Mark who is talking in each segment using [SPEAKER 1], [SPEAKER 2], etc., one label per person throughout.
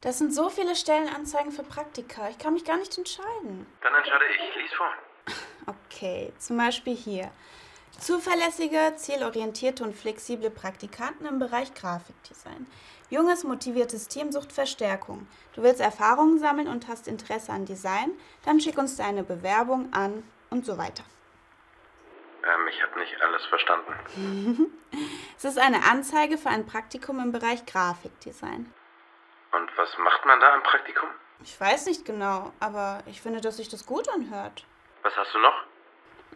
[SPEAKER 1] Das sind so viele Stellenanzeigen für Praktika. Ich kann mich gar nicht entscheiden.
[SPEAKER 2] Dann entscheide ich. Lies vor.
[SPEAKER 1] Okay, zum Beispiel hier. Zuverlässige, zielorientierte und flexible Praktikanten im Bereich Grafikdesign. Junges, motiviertes Team sucht Verstärkung. Du willst Erfahrungen sammeln und hast Interesse an Design? Dann schick uns deine Bewerbung an und so weiter.
[SPEAKER 2] Ähm, ich habe nicht alles verstanden.
[SPEAKER 1] Es ist eine Anzeige für ein Praktikum im Bereich Grafikdesign.
[SPEAKER 2] Und was macht man da im Praktikum?
[SPEAKER 1] Ich weiß nicht genau, aber ich finde, dass sich das gut anhört.
[SPEAKER 2] Was hast du noch?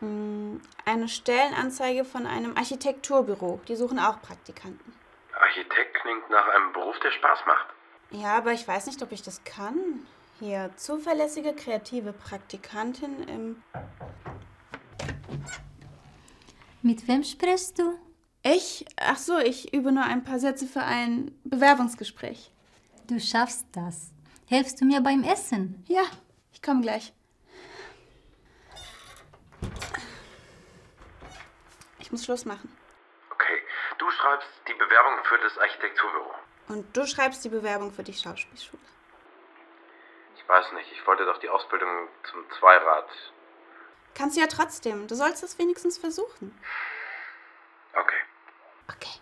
[SPEAKER 1] Mm, Eine Stellenanzeige von einem Architekturbüro. Die suchen auch Praktikanten.
[SPEAKER 2] Architekt klingt nach einem Beruf, der Spaß macht.
[SPEAKER 1] Ja, aber ich weiß nicht, ob ich das kann. Hier, zuverlässige kreative Praktikantin im...
[SPEAKER 3] Mit wem sprichst du?
[SPEAKER 1] Ich? Ach so, ich übe nur ein paar Sätze für ein Bewerbungsgespräch.
[SPEAKER 3] Du schaffst das. Hilfst du mir beim Essen?
[SPEAKER 1] Ja, ich komme gleich. Ich muss Schluss machen.
[SPEAKER 2] Okay, du schreibst die Bewerbung für das Architekturbüro.
[SPEAKER 1] Und du schreibst die Bewerbung für die Schauspielschule.
[SPEAKER 2] Ich weiß nicht, ich wollte doch die Ausbildung zum Zweirad.
[SPEAKER 1] Kannst du ja trotzdem. Du sollst es wenigstens versuchen.
[SPEAKER 2] Okay.
[SPEAKER 1] Okay.